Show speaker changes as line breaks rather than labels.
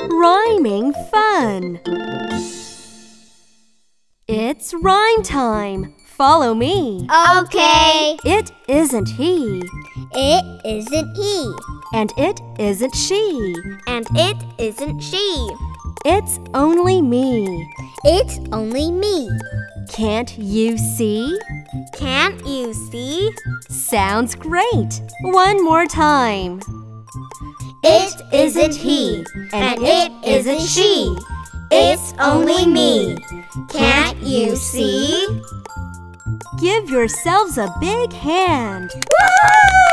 Rhyming fun. It's rhyme time. Follow me.
Okay.
It isn't he,
It isn't he,
and it isn't she.
and it isn't she.
It's only me.
It's only me.
Can't you see?
Can't you see?
Sounds great. One more time.
It isn't he, and it isn't she. It's only me. Can't you see?
Give yourselves a big hand.
Woo!